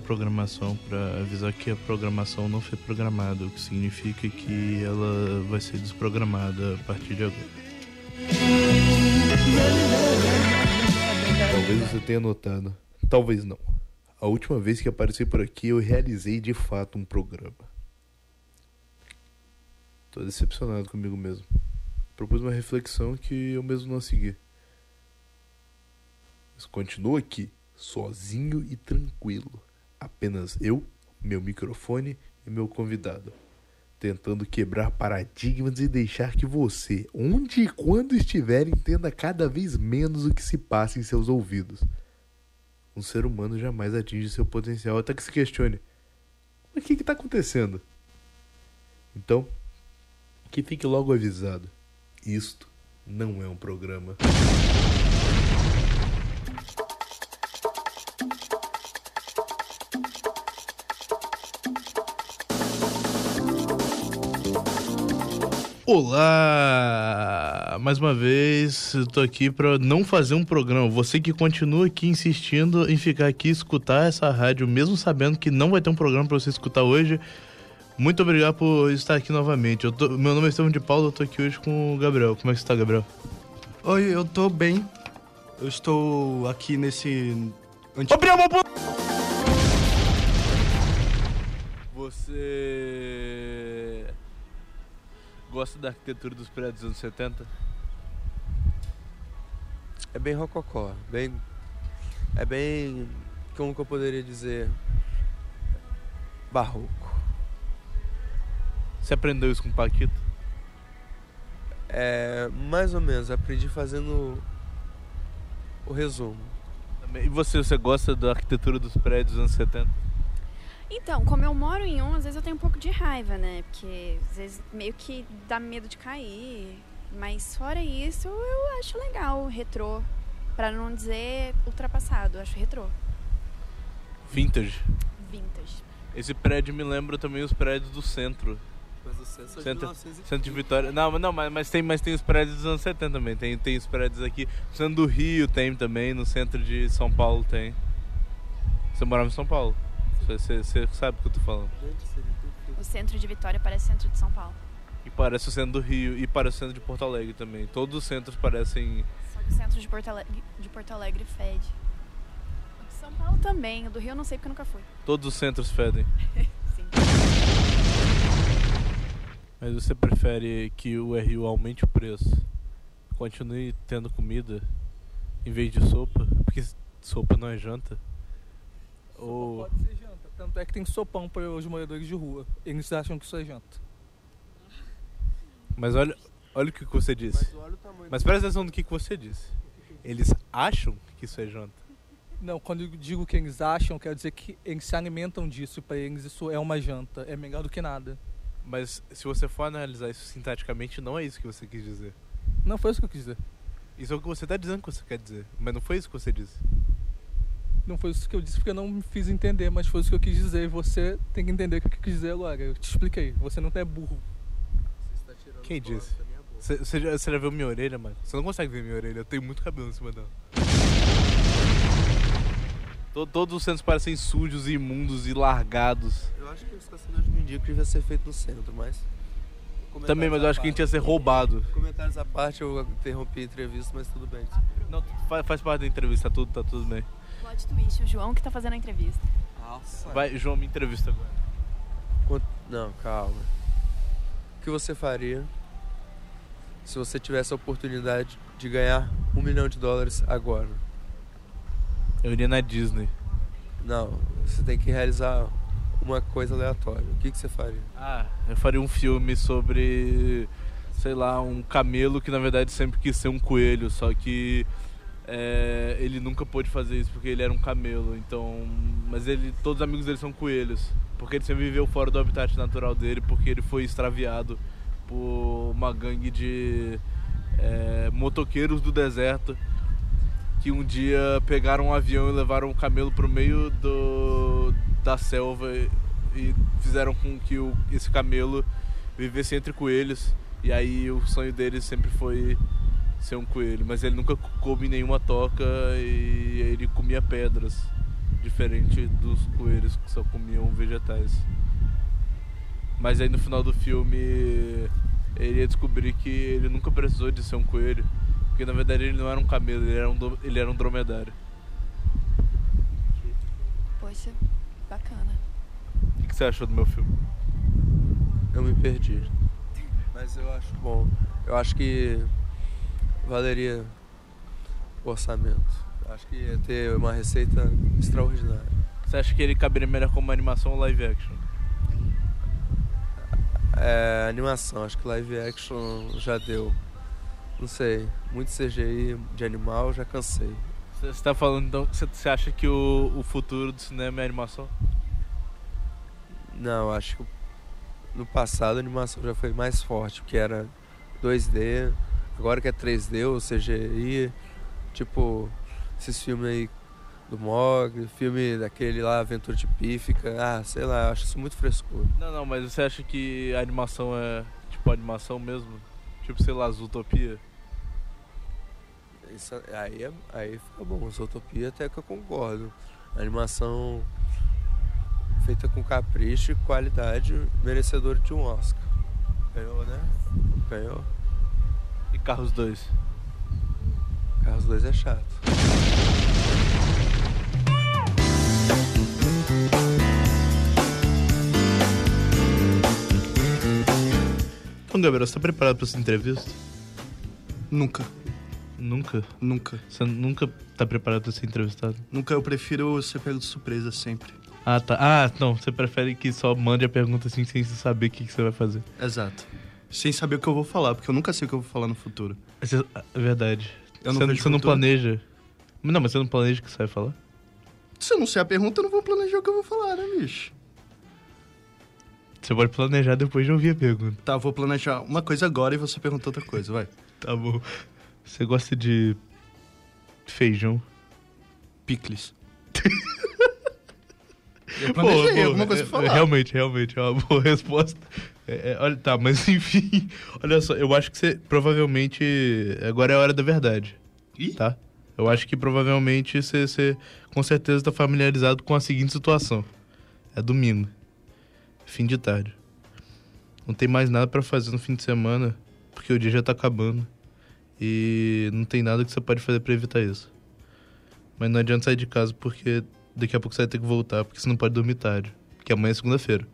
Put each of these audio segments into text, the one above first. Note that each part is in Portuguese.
programação para avisar que a programação não foi programada, o que significa que ela vai ser desprogramada a partir de agora. Talvez você tenha notado, talvez não. A última vez que apareci por aqui, eu realizei de fato um programa. Tô decepcionado comigo mesmo. Propus uma reflexão que eu mesmo não segui. Mas continuo aqui, sozinho e tranquilo. Apenas eu, meu microfone e meu convidado. Tentando quebrar paradigmas e deixar que você, onde e quando estiver, entenda cada vez menos o que se passa em seus ouvidos. Um ser humano jamais atinge seu potencial até que se questione: mas o que está acontecendo? Então, que fique logo avisado: isto não é um programa. Olá! Mais uma vez, eu tô aqui para não fazer um programa. Você que continua aqui insistindo em ficar aqui e escutar essa rádio, mesmo sabendo que não vai ter um programa para você escutar hoje, muito obrigado por estar aqui novamente. Eu tô- meu nome é Estevão de Paulo, eu tô aqui hoje com o Gabriel. Como é que você tá, Gabriel? Oi, eu tô bem. Eu estou aqui nesse. anti- Você gosta da arquitetura dos prédios dos anos 70? É bem rococó, bem. É bem. Como que eu poderia dizer? Barroco. Você aprendeu isso com o Paquito? É. Mais ou menos, aprendi fazendo. o resumo. E você, você gosta da arquitetura dos prédios dos anos 70? Então, como eu moro em um, às vezes eu tenho um pouco de raiva, né? Porque às vezes meio que dá medo de cair. Mas fora isso, eu acho legal o retrô. Pra não dizer ultrapassado, eu acho retrô. Vintage. Vintage. Esse prédio me lembra também os prédios do centro. Mas o censo é de Senta- Centro de Vitória. Não, mas- não mas, mas, tem, mas tem os prédios dos anos 70 também. Tem, tem os prédios aqui. No centro do Rio tem também. No centro de São Paulo tem. Você morava em São Paulo. Você, você- você sabe o que eu tô falando. O centro de Vitória parece centro de São Paulo. E parece o centro do Rio. E parece o centro de Porto Alegre também. Todos os centros parecem. Só que o centro de Porto Alegre, de Porto Alegre fede. O de São Paulo também. O do Rio eu não sei porque eu nunca fui. Todos os centros fedem. Sim. Mas você prefere que o RU aumente o preço? Continue tendo comida em vez de sopa? Porque sopa não é janta? Ou. Pode ser janta. Tanto é que tem sopão para os moradores de rua. Eles acham que isso é janta. Mas olha, olha o que que você disse. Mas olha o tamanho Mas presta atenção no que que você disse. Eles acham que isso é janta. Não, quando eu digo que eles acham, quero dizer que eles se alimentam disso. Para eles isso é uma janta. É melhor do que nada. Mas se você for analisar isso sintaticamente, não é isso que você quis dizer. Não foi isso que eu quis dizer. Isso é o que você tá dizendo que você quer dizer. Mas não foi isso que você disse. Não foi isso que eu disse porque eu não me fiz entender, mas foi isso que eu quis dizer. Você tem que entender o que eu quis dizer agora. Eu te expliquei. Você não é burro. Quem disse? Você você já, você já viu minha orelha, mano? Você não consegue ver minha orelha, eu tenho muito cabelo em cima dela. To- Todos os centros parecem sujos, e imundos e largados. Eu acho que os caçadores de mendigo devia ser feito no centro, mas. Também, mas eu acho que a gente ia ser roubado. Comentários à parte, eu interrompi a entrevista, mas tudo bem. Não, faz, faz parte da entrevista, tá tudo, tá tudo bem. Plot twist. O João que tá fazendo a entrevista. Nossa. Vai, João, me entrevista agora. Quant- Não, calma. O que você faria se você tivesse a oportunidade de ganhar um milhão de dólares agora? Eu iria na Disney. Não, você tem que realizar uma coisa aleatória. O que, que você faria? Ah, eu faria um filme sobre, sei lá, um camelo que na verdade sempre quis ser um coelho, só que é, ele nunca pôde fazer isso porque ele era um camelo. Então, mas ele, todos os amigos dele são coelhos, porque ele sempre viveu fora do habitat natural dele, porque ele foi extraviado por uma gangue de é, motoqueiros do deserto que um dia pegaram um avião e levaram um camelo pro meio do, da selva e- e fizeram com que o, esse camelo vivesse entre coelhos. E aí o sonho dele sempre foi ser um coelho, mas ele nunca co- coube nenhuma toca e ele comia pedras. Diferente dos coelhos que só comiam vegetais. Mas aí no final do filme ele ia descobrir que ele nunca precisou de ser um coelho. Porque na verdade ele não era um camelo, ele era um, do- ele era um dromedário. Poxa, bacana. O que que você achou do meu filme? Eu me perdi. Mas eu acho bom. Eu acho que valeria o orçamento. Eu acho que ia ter uma receita extraordinária. Você acha que ele caberia melhor como animação ou live action? É, animação, acho que live action já deu. Não sei, muito CGI de animal, já cansei. Você está falando então que você- você acha que o, o futuro do cinema é animação? Não, acho que no passado a animação já foi mais forte, porque era 2D, agora que é 3D ou CGI, tipo esses filmes aí do Mogli, filme daquele lá, Aventura de Pífica, ah, sei lá, acho isso muito frescura. Não, não, mas você acha que a animação é tipo animação mesmo? Tipo, sei lá, Zootopia? Isso- aí, é- aí fica bom, Zootopia até que eu concordo. A animação feita com capricho e qualidade, merecedora de um Oscar. Ganhou, né? Ganhou. E Carros 2? Carros 2 é chato. Então, Gabriel, você tá preparado pra essa entrevista? Nunca, Nunca? nunca. Você nunca tá preparado pra ser entrevistado? Nunca eu prefiro ser pego de surpresa sempre. Ah, tá. Ah, não. Você prefere que só mande a pergunta assim sem se saber o que, que você vai fazer. Exato. Sem saber o que eu vou falar, porque eu nunca sei o que eu vou falar no futuro. Você- ah, é Verdade. Eu não você vejo você não futuro. planeja. Não, mas você não planeja o que você vai falar? Se eu não sei a pergunta, eu não vou planejar o que eu vou falar, né, bicho? Você pode planejar depois de ouvir a pergunta. Tá, eu vou planejar uma coisa agora e você pergunta outra coisa, vai. Tá bom. Você gosta de feijão? Picles. Eu planejei Boa, boa. alguma coisa pra É, falar. Realmente, realmente, é uma boa resposta. É, é, olha, tá, mas enfim, olha só, eu acho que você provavelmente. Agora é a hora da verdade. Ih. Tá? Eu acho que provavelmente você, você com certeza tá familiarizado com a seguinte situação: é domingo, fim de tarde. Não tem mais nada pra fazer no fim de semana, porque o dia já tá acabando. E não tem nada que você pode fazer pra evitar isso. Mas não adianta sair de casa porque daqui a pouco você vai ter que voltar, porque você não pode dormir tarde. Porque amanhã é segunda-feira.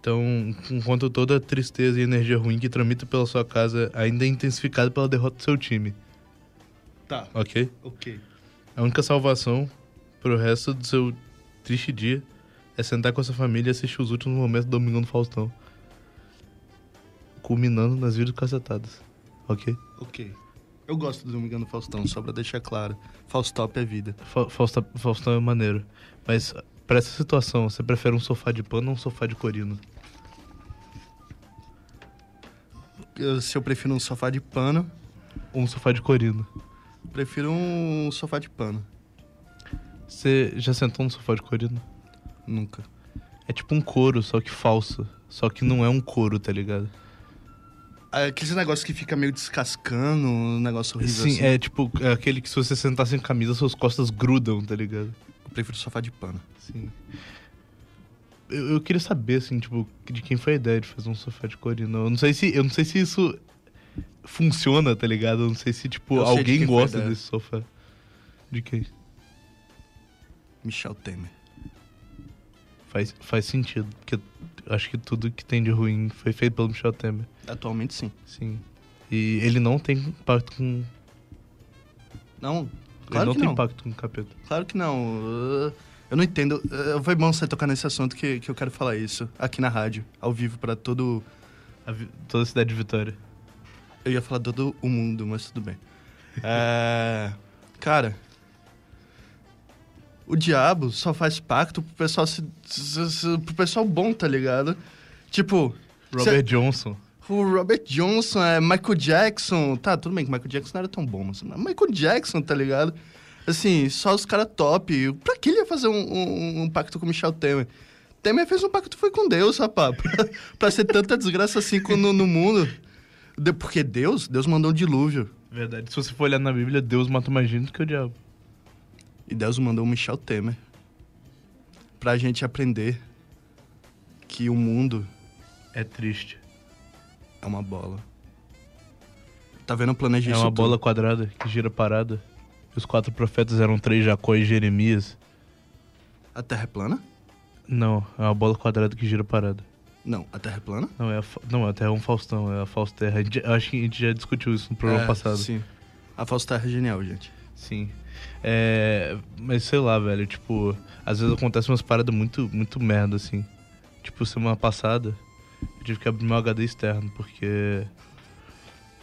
Então, enquanto toda a tristeza e energia ruim que tramita pela sua casa ainda é intensificada pela derrota do seu time, Tá, ok? ok. A única salvação pro resto do seu triste dia é sentar com a sua família e assistir os últimos momentos do Domingão do Faustão. Culminando nas vídeos cacetadas, ok? Ok. Eu gosto do Domingão do Faustão, só pra deixar claro. Faustop é vida. Fa- Fausta- Faustão é maneiro. Mas pra essa situação, você prefere um sofá de pano ou um sofá de corino? Eu- se eu prefiro um sofá de pano, Ou um sofá de corino? prefiro um sofá de pano. Você já sentou num sofá de corino? Nunca. É tipo um couro, só que falso. Só que não é um couro, tá ligado? Ah, Aqueles negócios que fica meio descascando, um negócio horrível Sim, assim. é tipo é aquele que se você sentar sem camisa, suas costas grudam, tá ligado? Eu prefiro sofá de pano. Sim. Eu, eu queria saber, assim, tipo, de quem foi a ideia de fazer um sofá de corino. Eu não sei se, eu não sei se isso funciona, tá ligado? Eu não sei se, tipo, Eu sei de alguém quem foi a gosta ideia. desse sofá. De quem? Michel Temer. Faz, faz sentido, porque eu acho que tudo que tem de ruim foi feito pelo Michel Temer. Atualmente sim. Sim. E ele não tem pacto com. Não, ele claro não que tem não. pacto com o capeta. Claro que não. Uh, Eu não entendo. Uh, Foi bom você tocar nesse assunto que, que eu quero falar isso. Aqui na rádio, ao vivo, pra todo. A vi- Toda a cidade de Vitória. Eu ia falar todo o mundo, mas tudo bem. É, Cara. O diabo só faz pacto pro pessoal se, se- se- pro pessoal bom, tá ligado? Tipo. cê- Robert Johnson. O Robert Johnson, é, Michael Jackson. Tá, tudo bem que Michael Jackson não era tão bom, mas mas Michael Jackson, tá ligado? Assim, só os caras top. Pra que ele ia fazer um, um- um pacto com o Michel Temer? Temer fez um pacto foi com Deus, rapaz. Pra, pra ser tanta desgraça assim com- no, no mundo. De- porque Deus, Deus mandou um dilúvio. Verdade. Se você for olhar na Bíblia, Deus mata mais gente do que o diabo. E Deus mandou o Michel Temer pra gente aprender que o mundo É triste. é uma bola. Tá vendo o planeta É uma bola quadrada que gira parada. Os quatro profetas eram três, Jacó e Jeremias. A Terra é plana? Não, é uma bola quadrada que gira parada. Não, a Terra é plana? Não, é a, fa- não, a Terra é um Faustão, é a Falsterra. A gente- Eu acho que a gente já discutiu isso no programa É, passado. Sim. A falsa Terra é genial, gente. Sim. É, mas sei lá, velho, tipo, às vezes acontece umas paradas muito, muito merda, assim. Tipo, semana passada, eu tive que abrir meu HD externo, porque.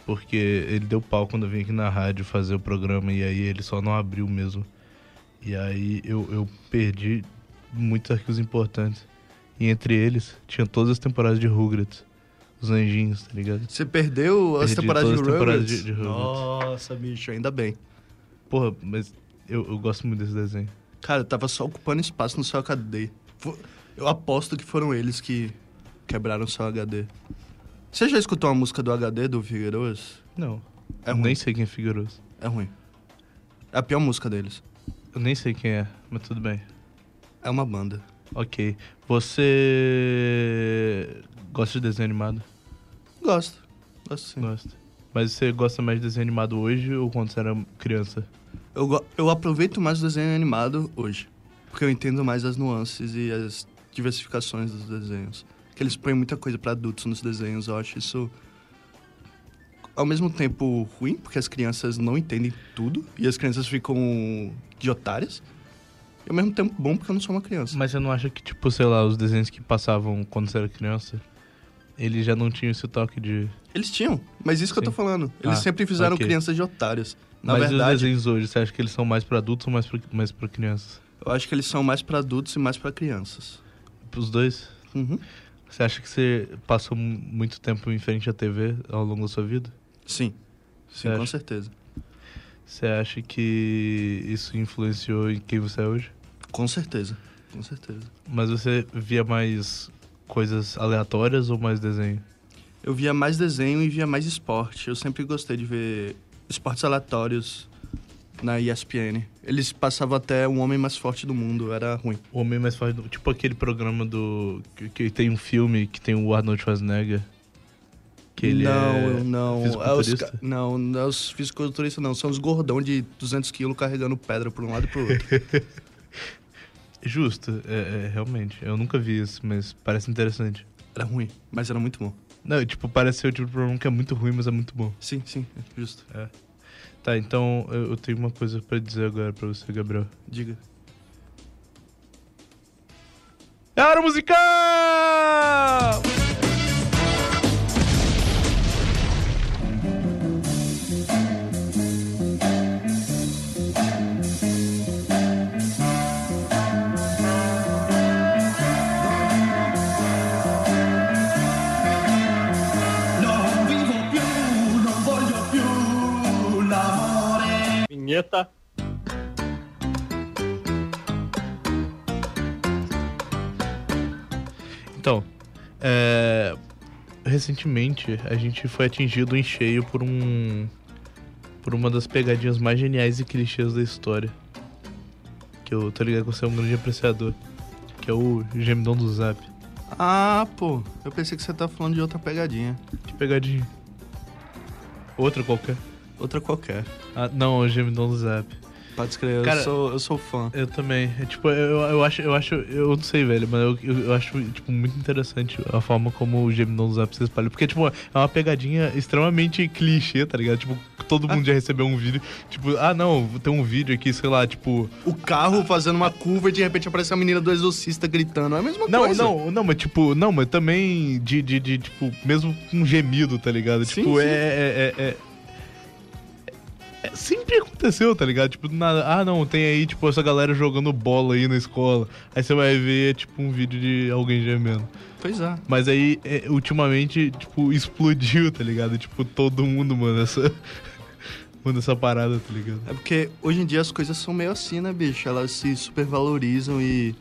Porque ele deu pau quando eu vim aqui na rádio fazer o programa, e aí ele só não abriu mesmo. E aí eu, eu perdi muitos arquivos importantes. E entre eles, tinha todas as temporadas de Rugrats. Os anjinhos, tá ligado? Você perdeu as Perdi temporadas de todas as temporadas Rugrats? de- de Rugrats. Nossa, bicho, ainda bem. Porra, mas eu- eu gosto muito desse desenho. Cara, eu tava só ocupando espaço no seu HD. Fo- Eu aposto que foram eles que quebraram seu HD. Você já escutou a música do HD do Figueiredos? Não. É eu ruim. nem sei quem é Figueiroso. É ruim. É a pior música deles. Eu nem sei quem é, mas tudo bem. É uma banda. Ok. Você gosta de desenho animado? Gosto. Gosto sim. Gosta. Mas você gosta mais de desenho animado hoje ou quando você era criança? Eu, go- eu aproveito mais o desenho animado hoje. Porque eu entendo mais as nuances e as diversificações dos desenhos. Que eles põem muita coisa pra adultos nos desenhos. Eu acho isso. Ao mesmo tempo ruim, porque as crianças não entendem tudo. E as crianças ficam de otárias. E ao mesmo tempo bom, porque eu não sou uma criança. Mas você não acha que, tipo, sei lá, os desenhos que passavam quando você era criança, eles já não tinham esse toque de. Eles tinham, mas isso que eu tô Sim. falando. Eles Ah, sempre fizeram ok. crianças de otárias. Na Mas e os verdade, desenhos hoje, você acha que eles são mais pra adultos ou mais pra, mais pra crianças? eu acho que eles são mais pra adultos e mais pra crianças. Os dois? Uhum. Você acha que você passou mu- muito tempo em frente à TV ao longo da sua vida? Sim. Você Sim, com acha? certeza. Você acha que isso influenciou em quem você é hoje? Com certeza, com certeza. Mas você via mais coisas aleatórias ou mais desenho? Eu via mais desenho e via mais esporte. Eu sempre gostei de ver esportes aleatórios na ESPN. Eles passavam até o homem mais forte do mundo, era ruim. O homem mais forte, do- tipo aquele programa do que, que tem um filme que tem o Arnold Schwarzenegger, que ele não, é eu não. É os fisiculturista? ca- não, não é os fisiculturistas, não. São os gordão de 200 quilos carregando pedra por um lado e pro outro. Justo, é, é, realmente. Eu nunca vi isso, mas parece interessante. Era ruim, mas era muito bom. Não, tipo, parece ser o tipo de programa que é muito ruim, mas é muito bom. Sim, sim, é justo. Tá, então eu, eu tenho uma coisa pra dizer agora pra você, Gabriel. Diga. É a hora musical! Non vivo più, non voglio più l'amore. Vinheta. Então, é, recentemente a gente foi atingido em cheio por um por uma das pegadinhas mais geniais e clichês da história. Que eu tô ligado que você é um grande apreciador, que é o gemidão do Zap. Ah, pô, eu pensei que você tava falando de outra pegadinha. Que pegadinha? Outra qualquer? Outra qualquer. Ah, não, o gemidão do Zap. Pode escrever, Cara- eu, sou, eu sou fã. Eu também. É, tipo, eu, eu acho, eu acho, eu não sei, velho, mas eu, eu- eu acho, tipo, muito interessante a forma como o Gemini do Zap se espalha. Porque, tipo, é uma pegadinha extremamente clichê, tá ligado? Tipo, todo mundo já recebeu um vídeo. Tipo, ah, não, tem um vídeo aqui, sei lá, tipo. O carro fazendo uma curva e de repente aparece a menina do exorcista gritando. É a mesma Não, coisa. não, não, mas tipo, não, mas também de, de, de, tipo, mesmo com gemido, tá ligado? Sim, tipo, sim. É, é, é, é- é- Sempre aconteceu, tá ligado? Tipo, do nada, ah não, tem aí, tipo, essa galera jogando bola aí na escola. Aí você vai ver, é, tipo, um vídeo de alguém gemendo. Pois é. Mas aí, é, ultimamente, tipo, explodiu, tá ligado? Tipo, todo mundo, mano, essa. Mano, essa parada, tá ligado? É porque hoje em dia as coisas são meio assim, né, bicho? Elas se supervalorizam e.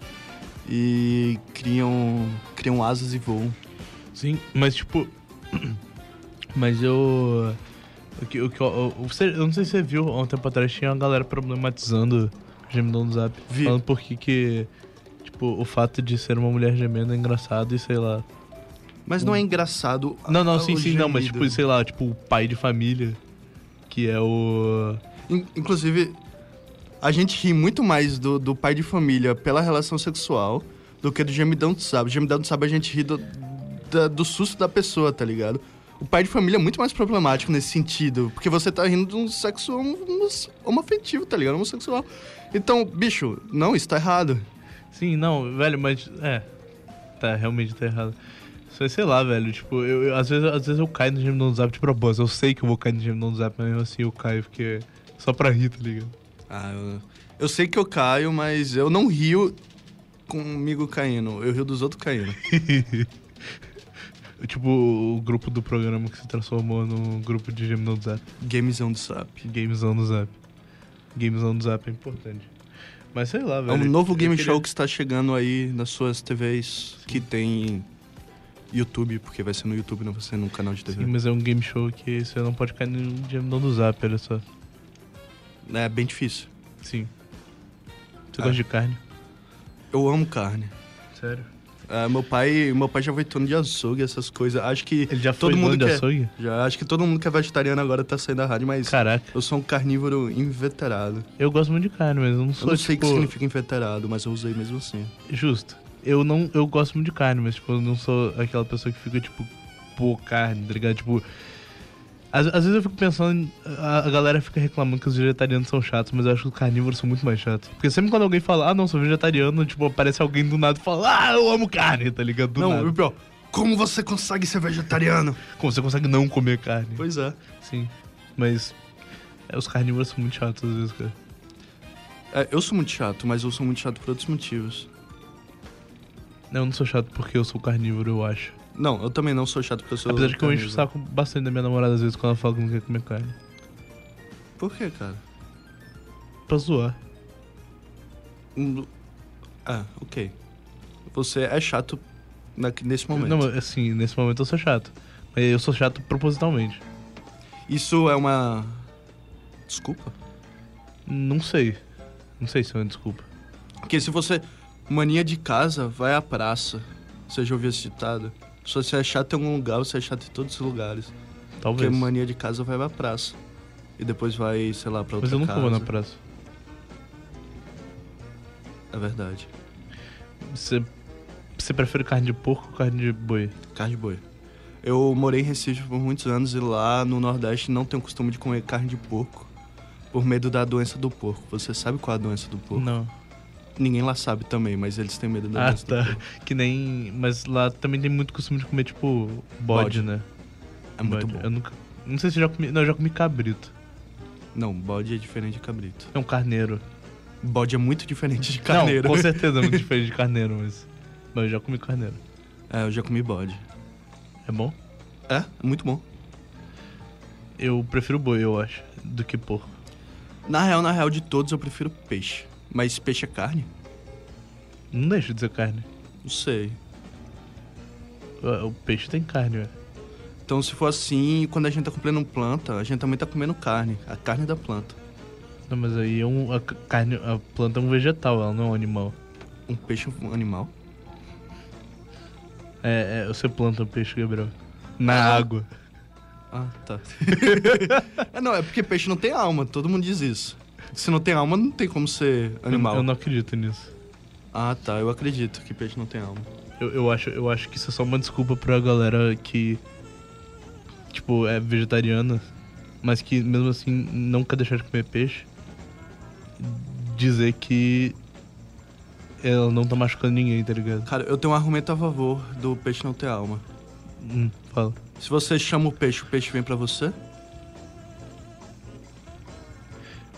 e criam. criam asas e voam. Sim, mas tipo. Mas eu. O que, o que, eu, eu- você- eu não sei se você viu, há um tempo atrás tinha uma galera problematizando gemidão do Zap. Vi. Falando por que que, tipo, o fato de ser uma mulher gemendo é engraçado e sei lá. Mas não é engraçado. a- um Não, a- não, sim, Ah, o sim, não, mas gemido. tipo, sei lá, tipo, o pai de família, que é o... In- Inclusive, a gente ri muito mais do, do pai de família pela relação sexual do que do gemidão do sábado. O gemidão do sábado a gente ri do, da- do susto da pessoa, tá ligado? O pai de família é muito mais problemático nesse sentido, porque você tá rindo de um sexo homo- homo- homoafetivo, tá ligado? Homossexual. Então, bicho, não, isso tá errado. Sim, não, velho, mas. É. Tá, realmente tá errado. Só sei lá, velho. Tipo, eu, eu- às, vezes, às vezes eu caio no gemidão do zap de propósito. Eu sei que eu vou cair no gemidão do zap, mas mesmo assim eu caio, porque. Só pra rir, tá ligado? Ah, eu, eu sei que eu caio, mas eu não rio comigo caindo, eu rio dos outros caindo. Tipo, o grupo do programa que se transformou num grupo de gemidão do zap. Gamezão do Sap. Gamezão do zap. Gamezão do zap é importante. Mas sei lá, É velho. um novo eu game queria- show que está chegando aí nas suas TVs que tem YouTube, porque vai ser no YouTube, não vai ser num canal de TV. Sim, mas é um game show que você não pode cair no gemidão do zap, olha só. É bem difícil. Sim. Você Ah. gosta de carne? Eu amo carne. Sério? Ah, meu pai, meu pai já foi dono de açougue, essas coisas. Acho que Ele já foi Todo dono mundo de quer. açougue? já acho que todo mundo que é vegetariano agora tá saindo da rádio, mas Caraca. eu sou um carnívoro inveterado. Eu gosto muito de carne, mas eu não Eu sou, não sei o tipo, que significa inveterado, mas eu usei mesmo assim. justo. Eu não, eu gosto muito de carne, mas, tipo, eu não sou aquela pessoa que fica, tipo, pô, carne, tá ligado? Tipo, às, às vezes eu fico pensando, em- a, a galera fica reclamando que os vegetarianos são chatos, mas eu acho que os carnívoros são muito mais chatos. Porque sempre quando alguém fala, ah, não, sou vegetariano, tipo, aparece alguém do nada e fala, ah, eu amo carne, tá ligado? Do não, nada. e pior, como você consegue ser vegetariano? Como você consegue não comer carne? pois é. Sim, mas é, os carnívoros são muito chatos às vezes, cara. É, Eu sou muito chato, mas eu sou muito chato por outros motivos. Não, eu não sou chato porque eu sou carnívoro, eu acho. Não, eu também não sou chato porque eu sou. Apesar de que eu encho o carnívoro. saco bastante da minha namorada às vezes quando ela fala que não quer comer carne. Por que, cara? Pra zoar. Hum, Ah, ok. Você é chato na- nesse momento. Não, mas, assim, nesse momento eu sou chato. Mas eu sou chato propositalmente. Isso é uma. Desculpa? Não sei. Não sei se é uma desculpa. Porque se você. Mania de casa, vai à praça. Você já ouviu esse ditado? Se você é chato em algum lugar, você é chato em todos os lugares. Porque Talvez. mania de casa vai pra praça. E depois vai, sei lá, pra outra Mas eu nunca casa. vou na praça. É verdade. Você, você prefere carne de porco ou carne de boi? Carne de boi. Eu morei em Recife por muitos anos e lá no Nordeste não tenho costume de comer carne de porco. Por medo da doença do porco. Você sabe qual é a doença do porco? Não. Ninguém lá sabe também, mas eles têm medo da Ah, doença do tá. porco. Que nem. Mas lá também tem muito costume de comer, tipo, bode, Bode. né? É muito Bode. bom. Eu nunca. Não sei se eu já comi. Não, eu já comi cabrito. Não, bode é diferente de cabrito. É um carneiro. Bode é muito diferente de carneiro. Não, com certeza é muito diferente de carneiro, mas. Mas eu já comi carneiro. É, eu já comi bode. É bom? É, é muito bom. Eu prefiro boi, eu acho, do que porco. Na real, na real, de todos eu prefiro peixe. Mas peixe é carne? Não deixa de ser carne. Não sei. O o peixe tem carne, velho. Então, se for assim, quando a gente tá comendo planta, a gente também tá comendo carne. A carne da planta. Não, mas aí é um, a c- carne, a planta é um vegetal, ela não é um animal. Um peixe é um animal. É, é, você planta o peixe, Gabriel. Na Ah. água. Ah, tá. É, não, é porque peixe não tem alma, todo mundo diz isso. Se não tem alma, não tem como ser animal. Eu, eu não acredito nisso. Ah, tá, eu acredito que peixe não tem alma. Eu, eu acho, eu acho que isso é só uma desculpa pra galera que, tipo, é vegetariana, mas que mesmo assim não quer deixar de comer peixe. Dizer que ela não tá machucando ninguém, tá ligado? Cara, eu tenho um argumento a favor do peixe não ter alma. Hum, fala. Se você chama o peixe, o peixe vem pra você?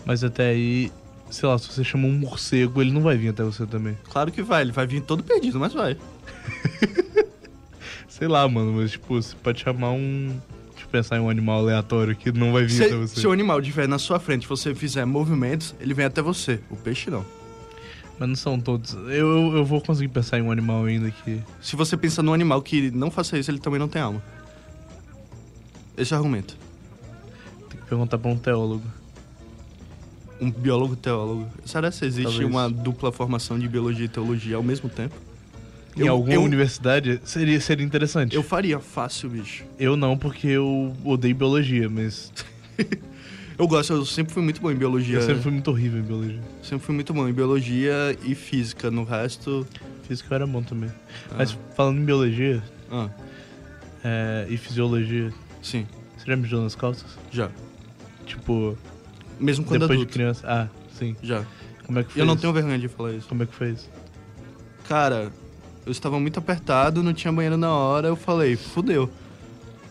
Mas até aí, sei lá, se você chama um morcego, ele não vai vir até você também. Claro que vai, ele vai vir todo perdido, mas vai. Sei lá, mano, mas tipo, você pode chamar um. Deixa eu pensar em um animal aleatório que não vai vir até Se, você. se o animal estiver na sua frente, você fizer movimentos, ele vem até você. O peixe não. Mas não são todos. Eu, eu, eu vou conseguir pensar em um animal ainda que. Se você pensa num animal que não faça isso, ele também não tem alma. Esse é o argumento. Tem que perguntar pra um teólogo. Um biólogo teólogo. Será que existe Talvez. uma dupla formação de biologia e teologia ao mesmo tempo? Em Eu- alguma eu- universidade seria, seria interessante. Eu faria fácil, bicho. eu não, porque eu odeio biologia, mas Eu gosto, eu sempre fui muito bom em biologia. eu sempre fui muito horrível em biologia. Sempre fui muito bom em biologia e física. No resto. Física eu era bom também. Ah, Mas falando em biologia ah, é, e fisiologia, sim, você já mijou nas calças? já. Tipo, Mesmo quando depois de adulto. criança. Ah, sim. Já. Como é que foi Eu não isso? tenho vergonha de falar isso. Como é que foi isso? Cara, eu estava muito apertado, não tinha banheiro na hora, eu falei, fudeu.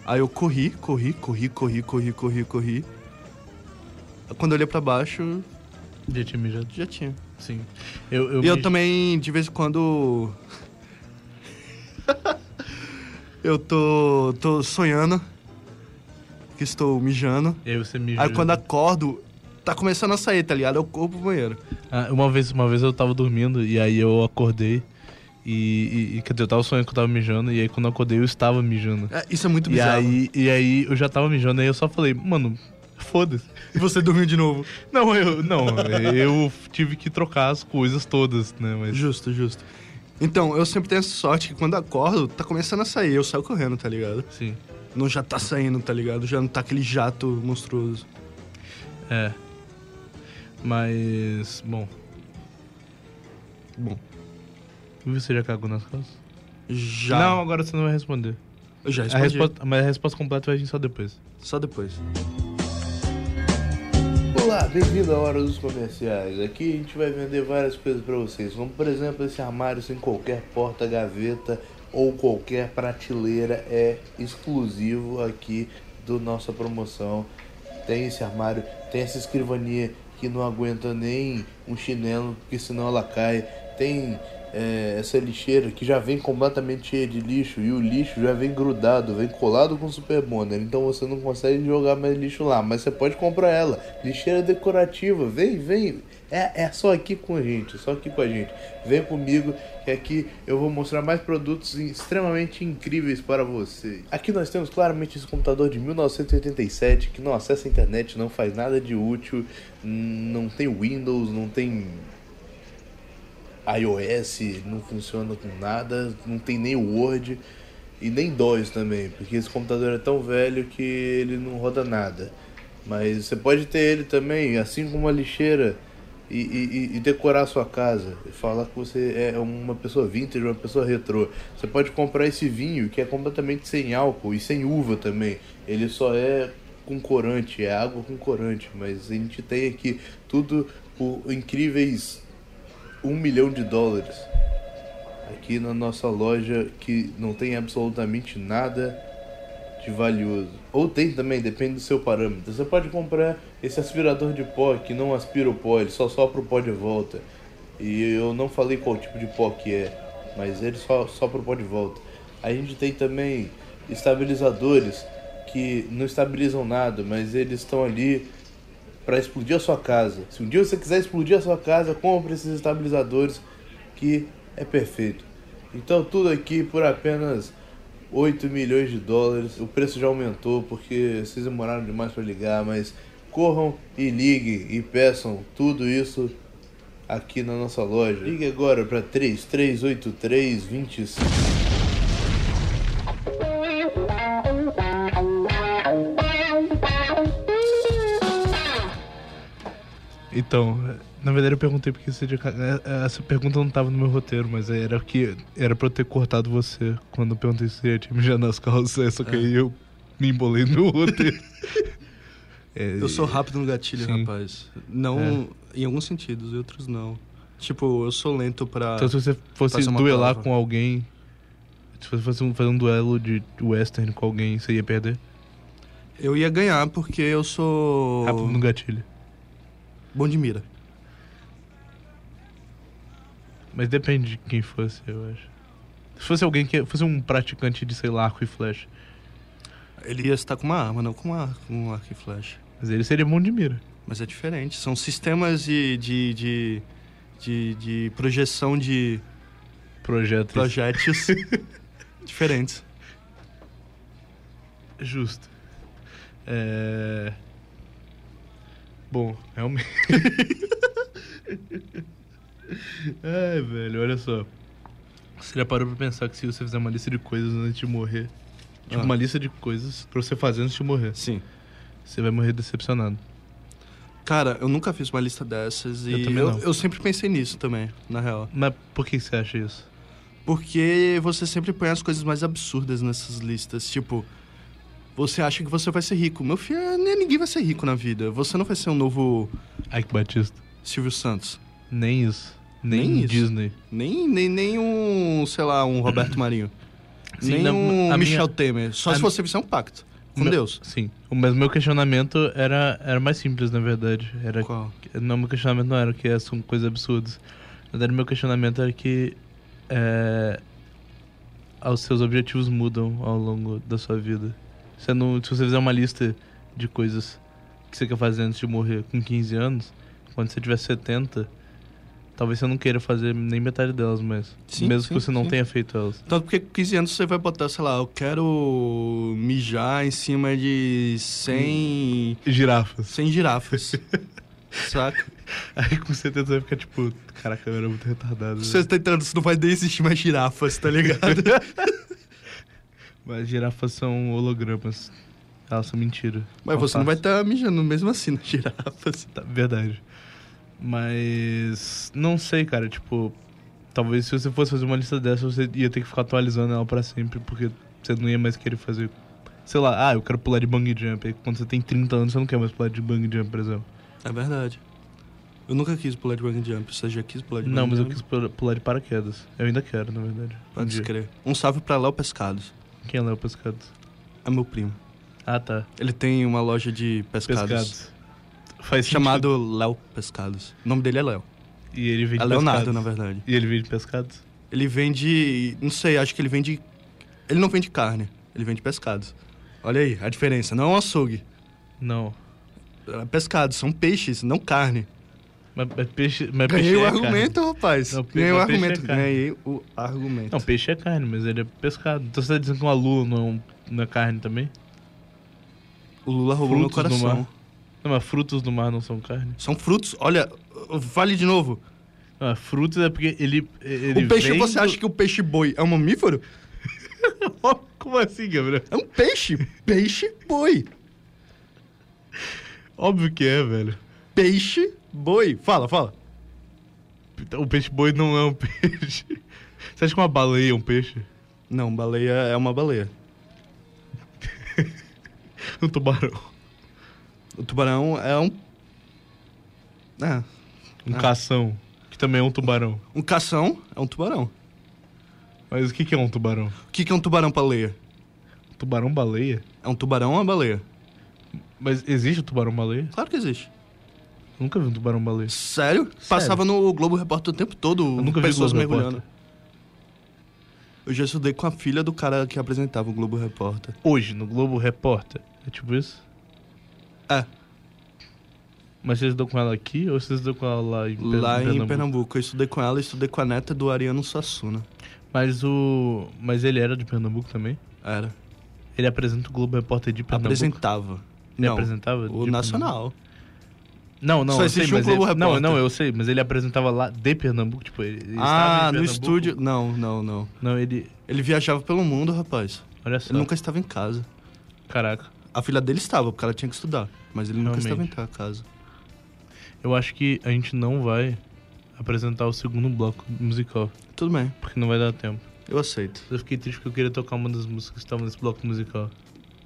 Aí eu corri, corri, corri, corri, corri, corri, corri. Quando eu olhei pra baixo, Já tinha mijado? já tinha. Sim. Eu, eu, e eu mij- também, de vez em quando. eu tô, tô sonhando. Que estou mijando. E aí você mijou. Aí quando acordo, tá começando a sair, tá ligado? Eu corro pro banheiro. Ah, uma, vez, uma vez eu tava dormindo e aí eu acordei. E, e, e quer dizer, eu tava sonhando que eu tava mijando, e aí quando eu acordei eu estava mijando. É, isso é muito E bizarro. aí, e aí eu já tava mijando, aí eu só falei, mano, foda-se. E você dormiu de novo. Não, eu. Não, eu tive que trocar as coisas todas, né? Mas. Justo, justo. Então, eu sempre tenho essa sorte que quando acordo, tá começando a sair, eu saio correndo, tá ligado? Sim. Não já tá saindo, tá ligado? Já não tá aquele jato monstruoso. É. Mas. Bom. Bom. E Você já cagou nas calças? Já. Não, agora você não vai responder. eu já A respondi. resposta, mas a resposta completa vai vir só depois. Só depois. Olá, bem-vindo à Hora dos Comerciais. Aqui a gente vai vender várias coisas pra vocês, como por exemplo esse armário sem qualquer porta, gaveta ou qualquer prateleira é exclusivo aqui do nossa promoção. Tem esse armário, tem essa escrivania que não aguenta nem um chinelo, porque senão ela cai. Tem é, essa lixeira que já vem completamente cheia de lixo e o lixo já vem grudado, vem colado com super bonder, então você não consegue jogar mais lixo lá, mas você pode comprar ela. Lixeira decorativa, vem, vem. É, é só aqui com a gente, só aqui com a gente. Vem comigo que aqui eu vou mostrar mais produtos extremamente incríveis para vocês. Aqui nós temos claramente esse computador de 1987 que não acessa a internet, não faz nada de útil, não tem Windows, não tem iOS não funciona com nada, não tem nem Word e nem DOS também, porque esse computador é tão velho que ele não roda nada. Mas você pode ter ele também, assim como uma lixeira, e, e- e- e decorar a sua casa. e Falar que você é uma pessoa vintage, uma pessoa retrô. Você pode comprar esse vinho que é completamente sem álcool e sem uva também. Ele só é com corante, é água com corante. Mas a gente tem aqui tudo por incríveis um milhão de dólares aqui na nossa loja que não tem absolutamente nada de valioso. Ou tem também, depende do seu parâmetro. Você pode comprar esse aspirador de pó que não aspira o pó, ele só sopra o pó de volta. E eu não falei qual tipo de pó que é, mas ele só sopra o pó de volta. A gente tem também estabilizadores que não estabilizam nada, mas eles estão ali para explodir a sua casa. Se um dia você quiser explodir a sua casa, compre esses estabilizadores que é perfeito. Então tudo aqui por apenas 8 milhões de dólares. O preço já aumentou porque vocês demoraram demais para ligar, mas corram e liguem e peçam tudo isso aqui na nossa loja. Ligue agora para 3383 25 Então, na verdade eu perguntei porque você tinha cagado. Essa pergunta não tava no meu roteiro, mas era que era pra eu ter cortado você quando eu perguntei se você tinha mijado nas calças, só É. que aí eu me embolei no roteiro. É, Eu sou rápido no gatilho, Sim. É. rapaz. Não em alguns sentidos, em outros não. Tipo, eu sou lento pra. Então se você fosse Faça uma duelar prova. com alguém, se você fosse um- fazer um duelo de western com alguém, você ia perder? Eu ia ganhar porque eu sou. Rápido no gatilho. Bom de mira. Mas depende de quem fosse, eu acho. Se fosse alguém que fosse um praticante de, sei lá, arco e flecha. Ele ia estar com uma arma, não com um arco, um arco e flecha. Mas ele seria bom de mira. Mas é diferente. São sistemas de. de, de, de, de projeção de Projeto. projéteis diferentes. Justo. É... Bom, realmente. Ai, velho, olha só. Você já parou pra pensar que se você fizer uma lista de coisas antes de morrer, tipo Ah. uma lista de coisas pra você fazer antes de morrer, Sim. você vai morrer decepcionado. Cara, eu nunca fiz uma lista dessas e Eu eu, também não. eu sempre pensei nisso também, na real. Mas por que você acha isso? Porque você sempre põe as coisas mais absurdas nessas listas. Tipo, você acha que você vai ser rico. Meu filho, nem- ninguém vai ser rico na vida. Você não vai ser um novo Ike Batista. Silvio Santos. Nem isso. Nem, Nem isso. Disney. Nem, nem, nem um, sei lá, um Roberto Marinho. Sim, nem não, um a minha- Michel Temer. Só a se mi- você fizer um pacto com Meu- Deus. Sim. Mas meu questionamento era, era mais simples, na verdade. Era Qual? Não, meu questionamento não era que é são coisas absurdas. Na verdade, meu questionamento era que é, os seus objetivos mudam ao longo da sua vida. Você não, se você fizer uma lista de coisas que você quer fazer antes de morrer com 15 anos, quando você tiver 70, talvez você não queira fazer nem metade delas, mas Sim, mesmo sim, que você não sim. tenha feito elas. Tanto Então, porque com 15 anos você vai botar, sei lá, eu quero mijar em cima de 100, Girafas. 100 girafas. Saca? Aí com 70 você vai ficar tipo, caraca, eu era muito retardado. né?" Você tá entrando, você não vai nem existir mais girafas, tá ligado? Mas girafas são hologramas. Elas são mentira. Mas você não vai estar mijando mesmo assim na girafa. Girafas, tá, verdade. Mas não sei, cara, tipo, talvez se você fosse fazer uma lista dessa, você ia ter que ficar atualizando ela pra sempre, porque você não ia mais querer fazer, sei lá, ah, eu quero pular de bungee jump. Aí quando você tem 30 anos, você não quer mais pular de bungee jump, por exemplo. É verdade. Eu nunca quis pular de bungee jump, você já quis pular de Não, mas bungee eu jump? quis pula- pular de paraquedas. Eu ainda quero, na verdade. Um Pode dia. crer. Um salve pra Léo Pescados. Quem é Léo Pescados? É meu primo. Ah, tá. Ele tem uma loja de pescados. Pescados. Faz Chamado Léo Pescados. O nome dele é Léo. sentido. E ele vende É Leonardo, pescados. na verdade. E ele vende pescados? Ele vende. Não sei, acho que ele vende. Ele não vende carne, ele vende pescados. Olha aí a diferença. Não é um açougue. Não. É pescado, são peixes, não carne. Mas, mas peixe, mas Ganhei peixe o é argumento, rapaz. Não, Ganhei o mas peixe é argumento. carne. Ganhei o argumento. Carne. Não, peixe é carne, mas ele é pescado. Então você tá dizendo que uma lua não é, um- não é carne também? O Lula roubou Tá meu Frutos do coração. mar. Não, mas frutos do mar não são carne? São frutos. Olha, vale de novo. Não, mas frutos é porque ele. ele o Um peixe, vem você do- acha que o peixe boi é um mamífero? Como assim, Gabriel? É um peixe. Peixe boi. Óbvio que é, velho. Peixe boi. Fala, fala. Então, O peixe boi não é um peixe. Você acha que uma baleia é um peixe? Não, baleia é uma baleia. Um tubarão. O tubarão é um. É. Um Ah. cação. Que também é um tubarão. Um cação é um tubarão. Mas o que, que é um tubarão? O que, que é um tubarão baleia? Tubarão baleia? É um tubarão ou uma baleia? Mas existe o tubarão baleia? Claro que existe. Nunca vi um tubarão baleia. Sério? Passava no Globo Repórter o tempo todo, Eu nunca vi pessoas Globo mergulhando. Eu já estudei com a filha do cara que apresentava o Globo Repórter. Hoje, no Globo Repórter. É tipo isso? É. Mas vocês estão com ela aqui ou vocês estão com ela lá em, Pe- Lá em Pernambuco. Eu estudei com ela, estudei com a neta do Ariano Suassuna. Mas o. Mas ele era de Pernambuco também? Era. Ele apresenta o Globo Repórter de Pernambuco. Apresentava. Ele Não, apresentava? de o Pernambuco? Nacional. Não, não, Só eu sei, existe um mas Globo ele, Não, Repórter. não, eu sei, mas ele apresentava lá de Pernambuco, tipo, ele, ele estava em Ah, no Pernambuco. estúdio. Não, não, não. Não, ele. Ele viajava pelo mundo, rapaz. Olha só. Ele nunca estava em casa. Caraca. A filha dele estava, porque ela tinha que estudar. Mas ele nunca Realmente. estava em casa. Eu acho que a gente não vai apresentar o segundo bloco musical, Tudo bem, porque não vai dar tempo. eu aceito. Eu fiquei triste porque eu queria tocar uma das músicas que estavam nesse bloco musical.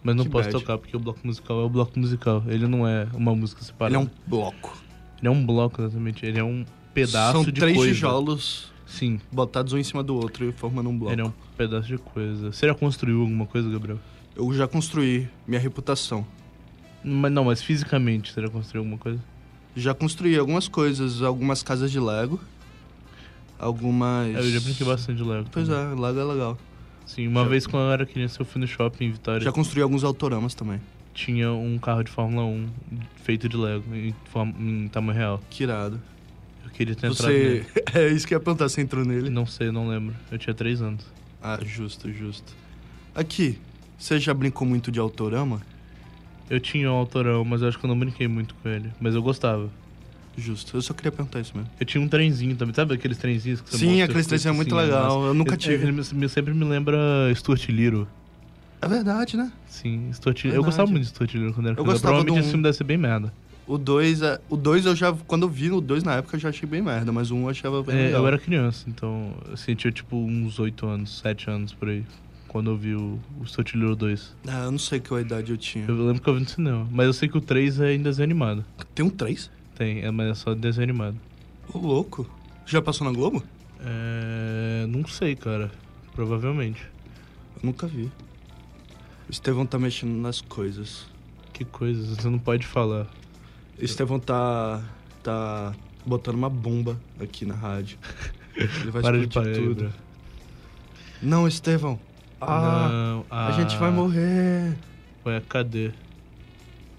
Mas não Que posso bad. tocar, porque o bloco musical é o bloco musical. Ele não é uma música separada. Ele é um bloco. Ele é um bloco, exatamente. Ele é um pedaço São de três coisa. tijolos Sim, botados um em cima do outro e formando um bloco. ele é um pedaço de coisa. Você já construiu alguma coisa, Gabriel? Eu já construí minha reputação. Mas não, mas fisicamente você já construiu alguma coisa? Já construí algumas coisas, algumas casas de Lego. Algumas. Eu já brinquei bastante de Lego. Pois também. é, Lego é legal. Sim, uma Já- vez quando eu era criança, eu fui no shopping em Vitória. Já construí alguns autoramas também. Tinha um carro de Fórmula 1 feito de Lego, em, forma- em tamanho real. Que irado. Eu queria ter entrado Você. nele. é isso que eu ia perguntar, você entrou nele? Não sei, não lembro. Eu tinha três anos. Ah, justo, justo. Aqui, você já brincou muito de autorama? Eu tinha um autorão, mas eu acho que eu não brinquei muito com ele. Mas eu gostava. Justo. Eu só queria perguntar isso mesmo. Eu tinha um trenzinho também. Sabe aqueles trenzinhos que você Sim, mostra aqueles as três é coisas muito assim, legal. mas- Eu nunca Ele- tive. Ele, me- me- sempre me lembra Stuart Little. É verdade, né? Sim, Stuart Little. Verdade. Eu gostava muito de Stuart Little quando era Eu criança. gostava Provavelmente do esse um. filme deve ser bem merda. O 2, o dois eu já. Quando eu vi o 2 na época, eu já achei bem merda, mas o 1 um eu achava bem É, legal. eu era criança, então assim, eu tinha tipo uns 8 anos, 7 anos por aí. Quando eu vi o, o Stuart Little 2. Ah, eu não sei qual idade eu tinha. Eu lembro que eu vi no cinema. Mas eu sei que o 3 é em desenho animado. Tem um 3? Tem, é, mas é só desenho animado. Ô, louco. Já passou na Globo? É. Não sei, cara. Provavelmente. Eu nunca vi. O Estevão tá mexendo nas coisas. Que coisa, você não pode falar. O Estevão tá. tá botando uma bomba aqui na rádio. Ele vai Para de parar, explodir tudo. Ibra. Não, Estevão. Ah, Não, a gente vai ah. morrer. Ué, cadê?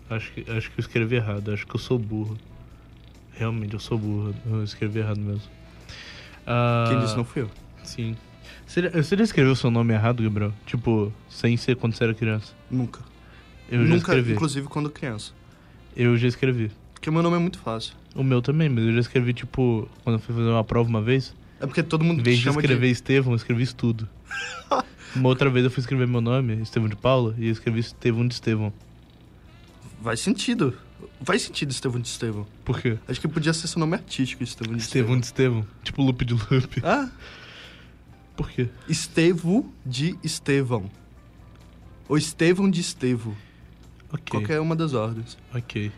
Acho que, acho que eu escrevi errado, acho que eu sou burro. Realmente, eu sou burro, eu escrevi errado mesmo. Ah, Quem disse não fui eu. Sim. Você, você já escreveu seu nome errado, Gabriel? Tipo, sem ser quando você era criança? Nunca. Eu já nunca, escrevi. inclusive quando criança. Eu já escrevi. Porque meu nome é muito fácil. O meu também, mas eu já escrevi, tipo, quando eu fui fazer uma prova uma vez, É porque todo mundo em vez de chama escrever Estevão, eu escrevi Estudo. uma outra vez eu fui escrever meu nome, Estevão de Paula, e eu escrevi Estevão de Estevão. Faz sentido. Faz sentido, Estevão de Estevão. Por quê? Acho que podia ser seu nome artístico, Estevão de Estevão de Estevão. Tipo, loop de loop. Ah, Por quê? Estevo de Estevão. Ou Estevão de Estevo. Ok. Qualquer uma das ordens. Ok.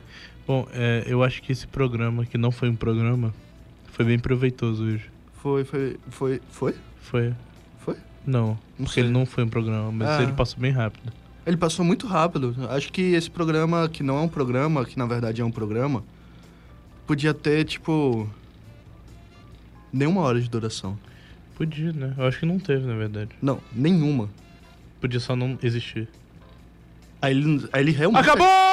Bom, é, eu acho que esse programa, que não foi um programa, foi bem proveitoso hoje. Foi, foi, foi, foi? Foi. Foi? Não, Não porque ele não foi um programa, mas Ah. ele passou bem rápido. Ele passou muito rápido. Acho que esse programa, que não é um programa, que na verdade é um programa, podia ter, tipo. Nenhuma hora de duração. Podia, né? Eu acho que não teve, na verdade. Não, nenhuma. Podia só não existir. Aí ele, aí ele realmente. Acabou!